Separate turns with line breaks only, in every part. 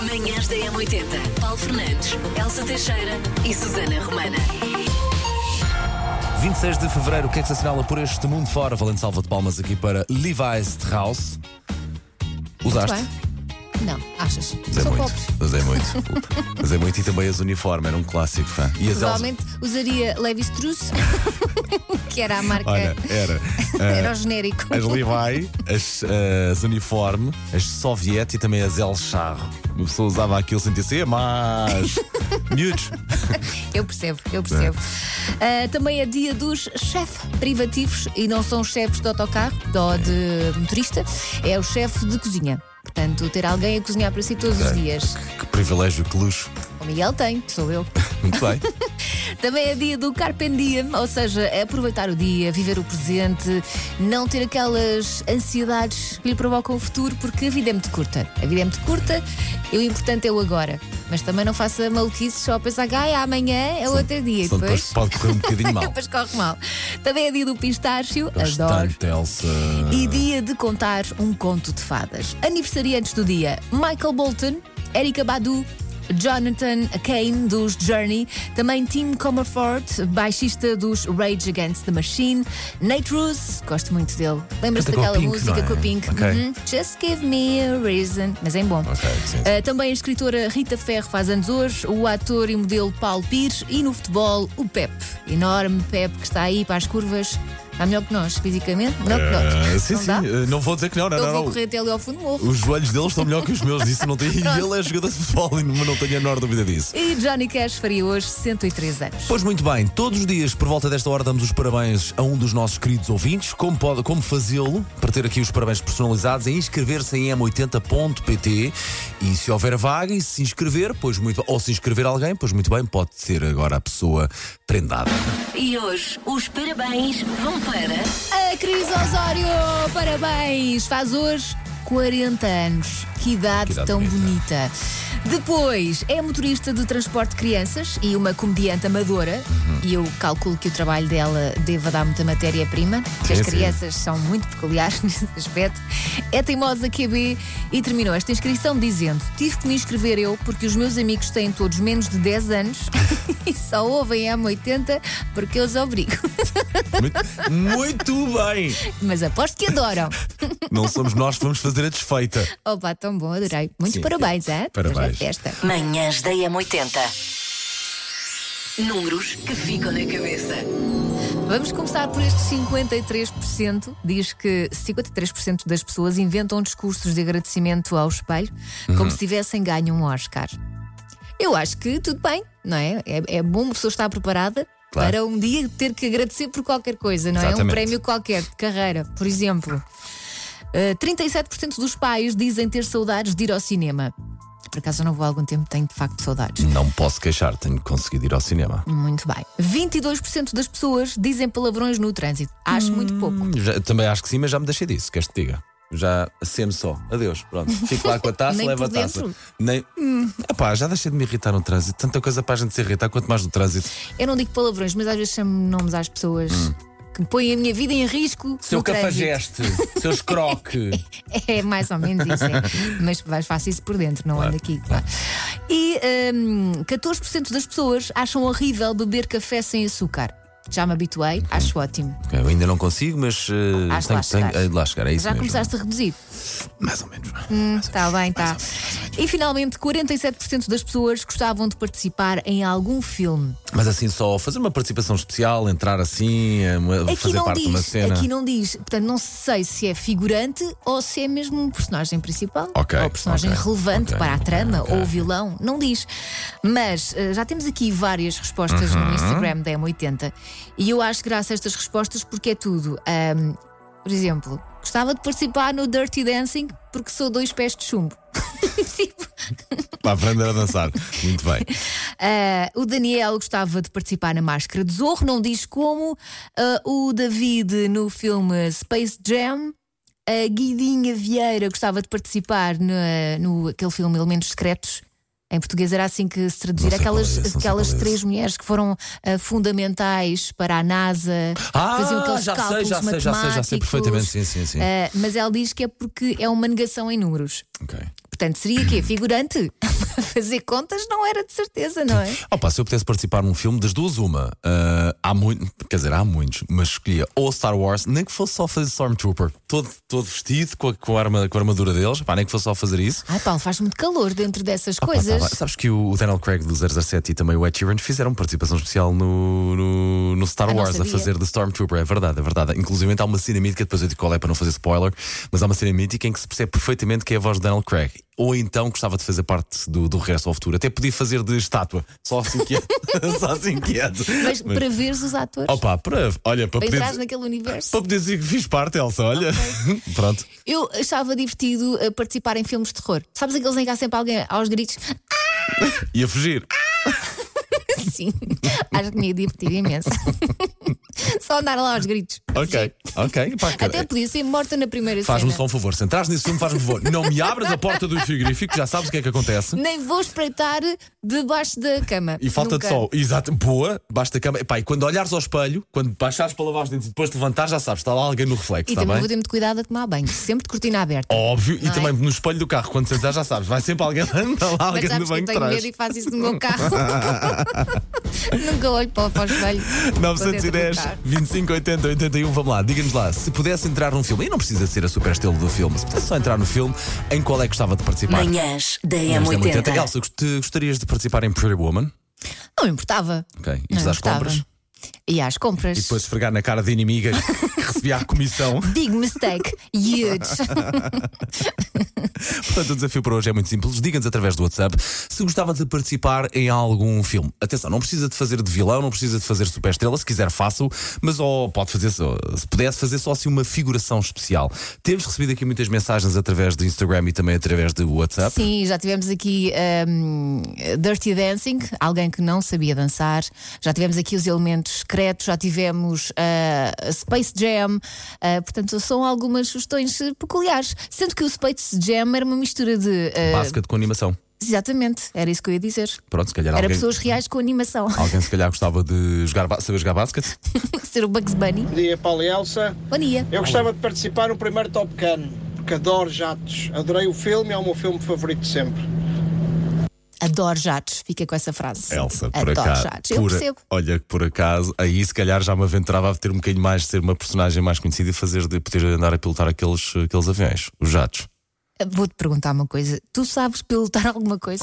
Manhãs da M80. Paulo Fernandes, Elsa Teixeira e Susana Romana.
26 de Fevereiro, o que é que se assinala por este mundo fora? Valente salva de palmas aqui para Levi's de House. Usaste?
bem. Não, achas?
Mas é
Sou
muito.
pobre.
Mas é muito. mas é muito. E também as uniformes, era um clássico, fã. E as Elsa-
Provavelmente usaria Levi Strauss, que era a marca.
Olha, era.
era o
ah,
genérico.
as Levi, as, ah, as uniforme, as soviet e também as El Charro. Uma pessoa usava aquilo sem dizer, mas. Miúdos.
Eu percebo, eu percebo. Ah, também é dia dos chefes privativos e não são os chefes de autocarro ou de motorista, é o chefe de cozinha. Portanto, ter alguém a cozinhar para si todos os dias.
Que privilégio, que luxo.
O Miguel tem, sou eu.
Muito bem.
Também é dia do Carpe Diem, ou seja, é aproveitar o dia, viver o presente, não ter aquelas ansiedades que lhe provocam o futuro, porque a vida é muito curta. A vida é muito curta e o importante é o agora. Mas também não faça maluquices só a pensar que "Ai, amanhã é outro dia. E
Senão
depois,
pode correr um bocadinho mal.
depois corre mal. Também é dia do pistácio, adoro.
Bastante, Elsa.
E dia de contar um conto de fadas. Aniversariantes do dia: Michael Bolton, Erika Badu. Jonathan Kane dos Journey, também Tim Comerford, baixista dos Rage Against the Machine, Nate Roos, gosto muito dele. Lembras-te
Canta com a
daquela
Pink,
música
não é?
com a Pink?
Ok.
Uhum. Just Give Me a Reason, mas em bom.
Ok, sim, sim.
Uh, também a escritora Rita Ferro faz anos hoje, o ator e modelo Paulo Pires e no futebol o Pep. Enorme Pep que está aí para as curvas. Está melhor que nós, fisicamente. Melhor que
Ah,
nós.
sim,
não
sim.
Dá?
Ah, Não vou dizer que não, não,
Eu
não.
vou
não.
correr até ali ao fundo morro.
Os joelhos deles estão melhor que os meus, disso não tem. E ele é jogador de futebol, mas não tenho a menor dúvida disso.
E Johnny Cash faria hoje 103 anos.
Pois muito bem, todos os dias por volta desta hora damos os parabéns a um dos nossos queridos ouvintes. Como, pode- como fazê-lo para ter aqui os parabéns personalizados? É inscrever-se em m80.pt e se houver vaga e se inscrever, pois muito ou se inscrever alguém, pois muito bem, pode ser agora a pessoa prendada.
E hoje os parabéns vão para.
A Cris Osório, parabéns! Faz hoje 40 anos. Que idade,
idade
tão bonita.
bonita.
Depois, é motorista de transporte de crianças e uma comediante amadora.
Uhum.
E eu calculo que o trabalho dela deva dar muita matéria-prima, porque
Sim,
as
sim.
crianças são muito peculiares nesse aspecto. É teimosa QB e terminou esta inscrição dizendo: Tive que me inscrever eu, porque os meus amigos têm todos menos de 10 anos e só ouvem a M80 porque eu os obrigo.
Muito, muito bem!
Mas aposto que adoram.
Não somos nós que vamos fazer a desfeita.
Opa, tão bom, adorei. Muitos
Sim.
parabéns, hein?
Parabéns.
Festa.
Manhãs da M80. Números que ficam na cabeça.
Vamos começar por este 53%. Diz que 53% das pessoas inventam discursos de agradecimento ao espelho,
Uhum.
como se tivessem ganho um Oscar. Eu acho que tudo bem, não é? É, é bom a pessoa estar preparada
Claro.
para um dia ter que agradecer por qualquer coisa, não é? Um
Exatamente.
prémio qualquer de carreira, por exemplo. Uh, 37% dos pais dizem ter saudades de ir ao cinema. Por acaso eu não vou há algum tempo, tenho de facto saudades.
Não me posso queixar, tenho conseguido ir ao cinema.
Muito bem. 22% das pessoas dizem palavrões no trânsito. Acho muito pouco.
Hum, já- também acho que sim, mas já me deixei disso, queres que te diga? Já aceno só. Adeus, pronto. Fico lá com a taça,
Nem
levo a
por
taça.
dentro?
Nem. Hum, epá, já deixei de me irritar no trânsito. Tanta coisa para a gente se irritar, quanto mais no trânsito.
Eu não digo palavrões, mas às vezes chamo nomes às pessoas
Hum.
que põem a minha vida em risco. no trânsito.
seu escroque.
É mais ou menos isso. É. mas vais- faço isso por dentro, não ando aqui. pá. E hum, 14% das pessoas acham horrível beber café sem açúcar. Já me
Uhum.
habituei, acho ótimo.
Ok, É, eu ainda não consigo, mas uh,
Acho
tenho,
Ah, lá chegar.
tenho- hei de lá chegar. É isso
Já
mesmo.
começaste a reduzir?
Mais ou menos.
Está bem, tá. está. E finalmente, 47% das pessoas gostavam de participar em algum filme.
Mas assim só, fazer uma participação especial, entrar assim, eh, uma-
Aqui
fazer
não,
parte de uma
diz,
cena.
aqui não diz, portanto, não sei se é figurante ou se é mesmo um personagem principal
Ok,
ou personagem
ok,
relevante
ok,
para a
ok,
trama
ok.
ou vilão, não diz. Mas eh, já temos aqui várias respostas
Uhum.
no Instagram da M80 e eu acho graça a estas respostas porque é tudo. Ahm, por exemplo, gostava de participar no Dirty Dancing porque sou dois pés de chumbo. Tipo,
Para aprender a dançar. Muito bem.
ah, o Daniel gostava de participar na Máscara de Zorro, não diz como. Ah, o David no filme Space Jam. A Guidinha Vieira gostava de participar na- no, aquele filme Elementos Secretos. Em português era assim que se traduzir
Não sei qual é
aquelas,
esse, não sei
aquelas
qual é esse.
três mulheres que foram ah, fundamentais para a NASA,
Ah,
faziam aqueles
já sei,
cálculos
já sei, já sei, já sei
matemáticos. É. Eh,
perfeitamente. Sim, sim, sim.
Ah, mas ela diz que é porque é uma negação em números.
Ok.
Portanto, seria que figurante? Fazer contas não era de certeza, não é?
Opa, se eu pudesse participar num filme, das duas, uma. Ah, há muito, quer dizer, há muitos, mas escolhia ou Star Wars, nem que fosse só fazer Stormtrooper, todo, todo vestido, com a, com, a arma, com a armadura deles, pá, nem que fosse só fazer isso.
Ai, Paulo, faz muito calor dentro dessas
Pá, tá
coisas.
bem. sabes que o o Daniel Craig do 007 e também o Ed Sheeran fizeram participação especial no, no, no Star
Ah, não
Wars a
sabia.
fazer de Stormtrooper, é verdade, é verdade. Inclusive há uma cena mítica, depois eu digo qual é para não fazer spoiler, mas há uma cena mítica em que se percebe perfeitamente que é a voz de Daniel Craig. Ou então gostava de fazer parte do, do Regresso ao Futuro. Até podia fazer de estátua, só assim quieto. só assim quieto.
Mas para veres os atores,
Opa, para, olha, para
para
poder,
entrares
para
naquele universo.
poder dizer que fiz parte, Elsa, olha. Pronto.
Eu achava divertido eh, participar em filmes de terror. Sabes aqueles em que há sempre alguém aos gritos?
Ia fugir.
Sim, acho que me ia divertir imenso. Só andar lá aos gritos.
Ok, ok. Pá, cara,
Até podia ser morta na primeira
Faz-me
cena.
só um favor, se entrares nesse filme, faz-me um favor. Não me abras a porta do frigorífico, já sabes o que é que acontece.
Nem vou espreitar debaixo da cama.
E falta
Nunca.
de sol. Exato, boa, basta a cama. Epá, e quando olhares ao espelho, quando baixares para lavar os dentes e depois te levantares, já sabes, está lá alguém no reflexo,
E
está
também
bem?
vou ter muito cuidado a tomar banho. Sempre de cortina aberta.
Óbvio, e
Não é?
também no espelho do carro, quando sentares, já sabes, vai sempre alguém, anda lá
Mas
Oh, alguém no
sabes que
banco
eu
de
tenho
trás.
medo e faço isso no meu carro. Nunca olho para, para o espelho. Estou dentro
910,
do carro.
25, 80, 81, vamos lá, diga-nos lá, se pudesse entrar num filme, e não precisa ser a super estilo do filme, se pudesse só entrar no filme, em qual é que gostava de participar?
Manhãs da
Esta é uma
M80.
Elsa, gost- te gostarias de participar em Pretty Woman?
Não importava.
Ok,
Não
isto às
importava.
compras.
E às compras.
E depois esfregar na cara de inimigas que recebia a comissão.
Big mistake. Huge.
Portanto, o desafio para hoje é muito simples. Diga-nos através do WhatsApp se gostava de participar em algum filme. Atenção, não precisa de fazer de vilão, não precisa de fazer superestrela. Se quiser, faça-o. Mas ou pode fazer, só- se pudesse, fazer só assim uma figuração especial. Temos recebido aqui muitas mensagens através do Instagram e também através do WhatsApp.
Sim, já tivemos aqui hum, Dirty Dancing, alguém que não sabia dançar. Já tivemos aqui os elementos secretos, já tivemos ah, Space Jam. Ah, portanto, são algumas sugestões eh, peculiares. Sendo que o Space Jam era uma mistura de. ah,
Basket com animação.
exatamente, era isso que eu ia dizer.
Pronto, se calhar
Era
alguém.
pessoas reais com animação.
Alguém se calhar gostava de jogar, ba- saber jogar basket?
Ser o Bugs Bunny.
Bom dia, Paulo e Elsa.
Bom dia.
Eu gostava de participar no primeiro Top Gun, porque adoro jatos. Adorei o filme, é o meu filme favorito de sempre.
Adoro jatos. Fica com essa frase.
Elsa, por
Adoro
acaso.
jatos. Eu
por-
percebo.
Olha, que por acaso, aí se calhar já me aventurava a ter um bocadinho mais de ser uma personagem mais conhecida e fazer de poder andar a pilotar aqueles, aqueles aviões, os jatos.
Vou-te perguntar uma coisa. Tu sabes pilotar alguma coisa?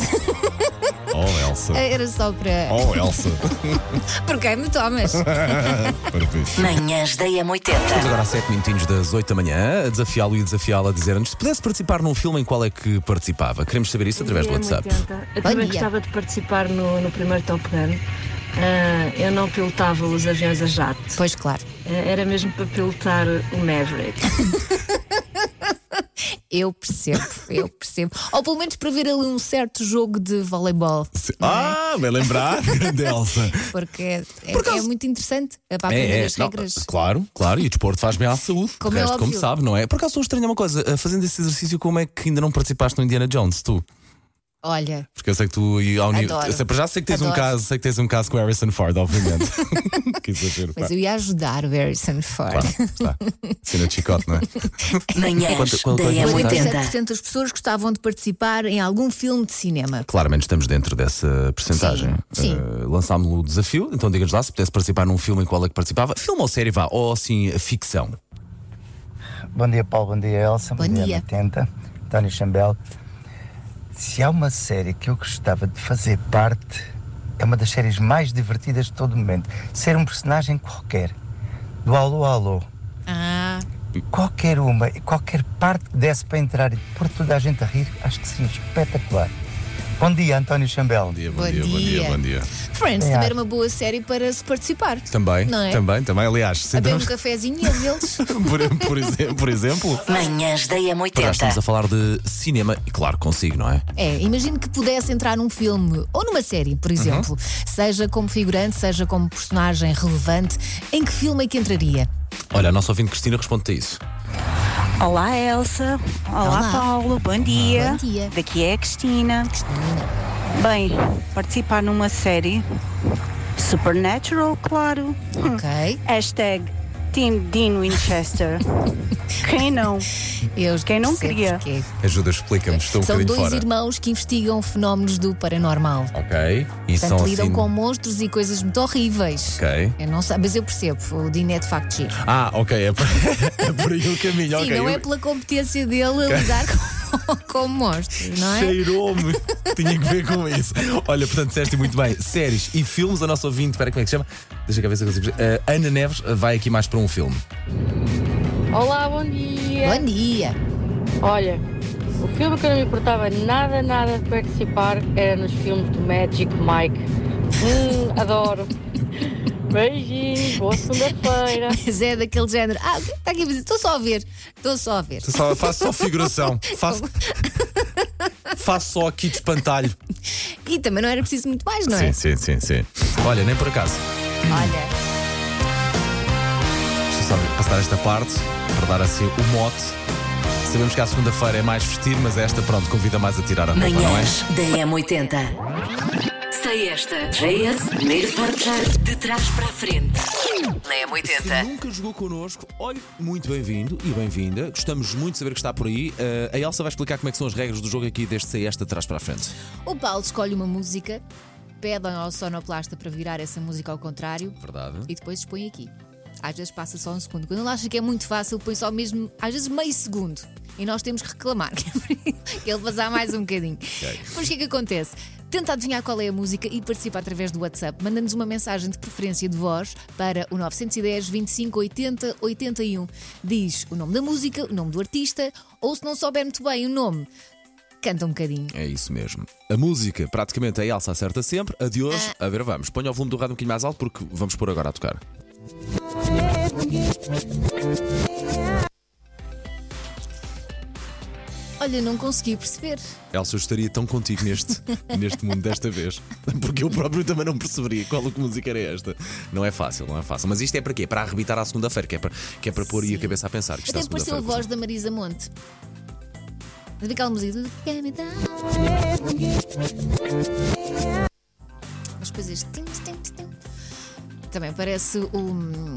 Oh, Elsa.
era só para.
Oh, Elsa. Oh.
Por quem me tomas?
Perfeito.
Manhãs da
Estamos
M80.
agora a 7 minutinhos das 8 da manhã a desafiá-lo e a desafiá-la a dizer-nos se pudesse participar num filme em qual é que participava. Queremos saber isso através do WhatsApp.
é Eu
Bom
também
dia.
gostava de participar no, no primeiro Top Gun. Ah, eu não pilotava os aviões a jato.
Pois claro.
Ah, era mesmo para pilotar o Maverick.
Eu percebo, eu percebo. Ou pelo menos para ver ali um certo jogo de voleibol.
Ah, bem lembrar, grande Elsa.
Porque é, é-
Por acaso-
é muito interessante é para aprender as
não,
regras.
claro, claro, e o desporto faz bem à saúde.
Como
o
é
resto, como
óbvio.
sabe, não é? Por acaso estou a estranhar uma coisa, eh, fazendo esse exercício, como é que ainda não participaste no Indiana Jones, tu?
Olha,
Porque eu sei que tu e ao nível.
Adoro.
Eu sei, para já sei que tens um
Adoro.
caso, sei que tens um caso com Harrison Ford, obviamente. Quis saber.
mas
pá.
eu ia ajudar o Harrison Ford.
Claro, está. Cena de chicote, não é?
Manhãs
Quanto- quanto-
da
É
quanto-
M80.
47% das pessoas gostavam de participar em algum filme de cinema.
Claramente estamos dentro dessa percentagem.
Sim, sim.
Eh, Lançámos-lhe o desafio, então diga-nos lá se pudesse participar num filme em qual é que participava. Filme ou série, vá, ou assim, ficção.
Bom dia, Paulo. Bom dia, Elsa.
Bom dia.
80. António Chambel. Se há uma série que eu gostava de fazer parte, é uma das séries mais divertidas de todo o momento. Ser um personagem qualquer. Do alô, alô.
Ah,
Qualquer uma, qualquer parte que desse para entrar e pôr toda a gente a rir, acho que seria espetacular. Bom dia, António Chambel.
dia,
Bom dia, bom dia, dia. bom
dia.
Friends também
É.
era uma boa série para se participar.
Também,
Não é?
também, também. Aliás,
A beber um
então,
sentamos,
cafezinho e a vê-los.
por, por exemplo, por exemplo
Manhãs da
já estamos a
M80.
falar de cinema e, claro, consigo, não é?
É, imagino que pudesse entrar num filme ou numa série, por
Uhum.
exemplo, seja como figurante, seja como personagem relevante, em que filme é que entraria?
Olha, a nossa ouvinte Cristina responde-te a isso.
Olá Elsa, olá,
Olá.
Paulo, bom dia.
Bom dia.
Daqui é a Cristina. Bem, participar numa série Supernatural, claro.
Ok.
Hashtag Team Dean Winchester. Quem não?
Eu
Quem não
percebo
queria?
porque é.
Ajuda, explica-me, estou um
São
bocadinho
dois
fora.
irmãos que investigam fenómenos do paranormal.
Ok. E
Portanto,
são
lidam
assim.
com monstros e coisas muito horríveis.
Ok.
Eu não sei, mas eu percebo. O Dino é de facto giro.
Ah, ok, é por, é por aí o caminho.
Sim,
ok.
não é
Eu-
pela competência dele a lidar com, com monstros, não é?
Cheirou-me. Tinha que ver com isso. Olha, portanto, disseste muito bem. Séries e filmes, a nossa ouvinte, espera, como é que se chama? Deixa eu ver se eu consigo. Eh, Ana Neves eh, vai aqui mais para um filme.
Olá, bom dia.
Bom dia.
Olha, o filme que eu não me importava nada, nada de participar era nos filmes do Magic Mike. Hum, adoro. Beijinhos, boa segunda-feira.
Mas é daquele género. Ah, está aqui a dizer, estou só a ver. Estou só a ver.
Só, faço só figuração. Faço, faço só aqui de espantalho.
E também não era preciso muito mais, não é?
Sim, sim, sim, sim. Olha, nem por acaso.
Olha,
Deixa eu só passar esta parte para dar assim o mote. Sabemos que à segunda-feira é mais vestir, mas esta, pronto, convida mais a tirar a roupa, não é?
Manhãs da M80. Sei esta. JS, primeiro forjar de trás para a frente. Na
é?
Se
M80.
nunca jogou connosco, olhe, muito bem-vindo e bem-vinda. Gostamos muito de saber que está por aí. Eh, a Elsa vai explicar como é que são as regras do jogo aqui deste sei esta de trás para a frente.
o Paulo escolhe uma música, pedem ao sonoplasta para virar essa música ao contrário
Verdade?
e depois expõe aqui. Às vezes passa só um segundo. Quando ele acha que é muito fácil, põe só mesmo, às vezes, meio segundo. E nós temos que reclamar que é para ele passar mais um bocadinho. Mas o que é que acontece? Tenta adivinhar qual é a música e participa através do WhatsApp. Manda-nos uma mensagem de preferência de voz para o 910 25 80 81. Diz o nome da música, o nome do artista ou, se não souber muito bem o nome, canta um bocadinho.
É isso mesmo. A música, praticamente a Elsa acerta sempre. A de hoje,
Ah.
a ver, vamos. Ponha o volume do rádio um bocadinho mais alto porque vamos pôr agora a tocar.
Olha, não consegui perceber.
Elsa, eu estaria tão contigo neste, neste mundo desta vez, porque eu próprio também não perceberia qual que música era esta. Não é fácil, não é fácil. Mas isto é para quê? Para arrebitar à segunda-feira, que é para, que é para pôr aí a cabeça a pensar. Que isto
Até
é
pareceu a
segunda-feira.
voz da Marisa Monte. Mas aquela música do Get Me Down. um-" Mas depois este. tim, tim, tim, tim. Também parece o. hum,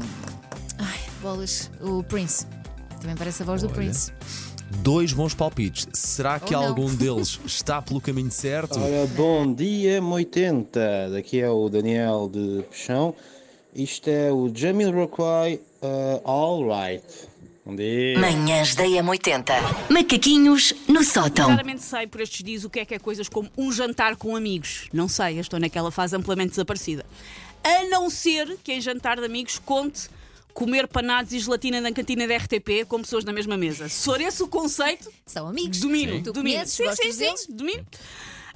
Ai, bolas. O Prince. Também parece a voz do Prince.
Dois bons palpites. Será que
Ou não.
algum deles está pelo caminho certo?
Ora, bom dia, M80. Daqui é o Daniel de Peixão. Isto é o Jamil Rockway, All Right. Bom dia.
Manhãs da M80. Macaquinhos no sótão.
Claramente sei por estes dias o que é que é coisas como um jantar com amigos. Não sei, eu estou naquela fase amplamente desaparecida. A não ser que em jantar de amigos conte comer panados e gelatina na cantina da RTP com pessoas na mesma mesa. Se for esse o conceito,
São amigos.
domino.
Tu
domino.
conheces,
sim,
gostas
sim, sim,
deles?
domino.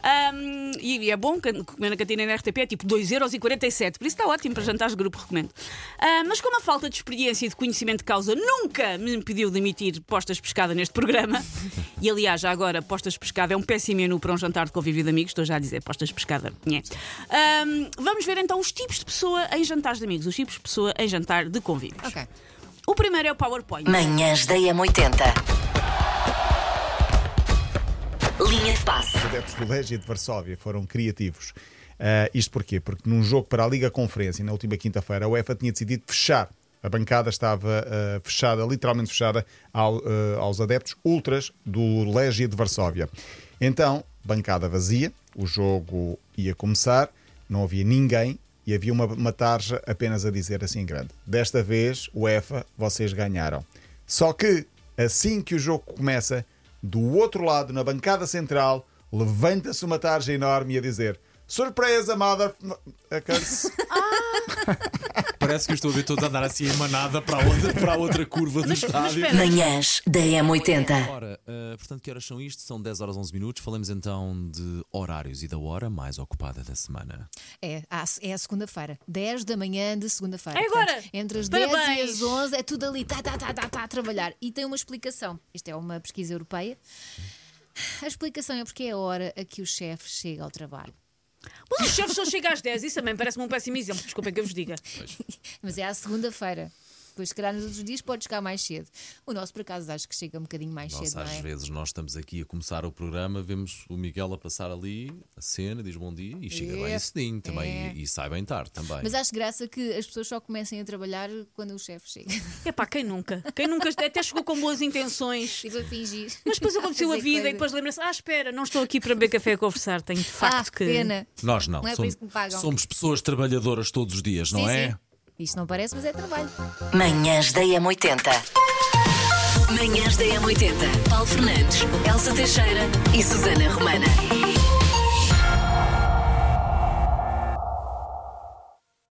Ahm, e, e é bom can- comer na cantina na RTP é tipo 2,47€, por isso está ótimo para jantares de grupo, recomendo. Ah, mas como a falta de experiência e de conhecimento de causa nunca me impediu de emitir postas de pescada neste programa, e aliás, já agora, postas de pescada é um péssimo menu para um jantar de convívio de amigos, estou já a dizer, postas de pescada. nhé. Ahm, vamos ver então os tipos de pessoa em jantares de amigos, os tipos de pessoa em jantar de convívio.
Ok.
O primeiro é o PowerPoint.
Manhãs da M80. Linha de passe.
adeptos do Legia de Varsóvia foram criativos. Ah, isto porquê? Porque num jogo para a Liga Conferência, na última quinta-feira, a UEFA tinha decidido fechar. A bancada estava ah, fechada, literalmente fechada, ao, ah, aos adeptos ultras do Legia de Varsóvia. Então, bancada vazia, o jogo ia começar, não havia ninguém e havia uma, uma tarja apenas a dizer assim em grande: Desta vez, UEFA, vocês ganharam. Só que, assim que o jogo começa, do outro lado, na bancada central, levanta-se uma tarja enorme a dizer: Surpresa, motherfuckers!
Parece que eu estou a ver todos a andar assim em manada para a outra, para a outra curva do estádio.
espera.
Manhãs da M80.
Ora, eh, portanto, que horas são isto? São 10 horas 11 minutos. Falamos então de horários e da hora mais ocupada da semana.
É, há- é a segunda-feira. 10 da manhã de segunda-feira.
É agora.
Portanto, entre as 10 e
Parabéns.
as 11 é tudo ali, tá, tá, tá, tá, tá, a trabalhar. E tem uma explicação. Isto é uma pesquisa europeia. A explicação é porque é a hora a que o chefe chega ao trabalho.
Mas os chefes só chegam às 10, isso também parece-me um péssimo exemplo, desculpem que eu vos diga.
Mas é à segunda-feira. Depois, se calhar, nos outros dias pode chegar mais cedo. O nosso, por acaso, acho que chega um bocadinho mais cedo,
Nossa,
não
às
é?
vezes nós estamos aqui a começar o programa, vemos o Miguel a passar ali, a cena, diz bom dia e chega bem
É,
cedinho também
é.
e, e sai bem tarde também.
Mas é acho graça que as pessoas só comecem a trabalhar quando o chefe chega.
É pá, quem nunca? Quem nunca até chegou com boas intenções.
E vou Tipo fingir.
Mas depois aconteceu a
Fazer
vida
coisa.
e depois lembra-se: ah, espera, não estou aqui para beber café e conversar. Tenho de facto
ah,
que.
pena.
Nós não,
Não é por
somos,
isso que me pagam.
somos pessoas trabalhadoras todos os dias, não
Sim,
é?
sim. Isto não parece, mas é trabalho.
Manhãs da M80. Manhãs da M80. Paulo Fernandes, Elsa Teixeira e Susana Romana.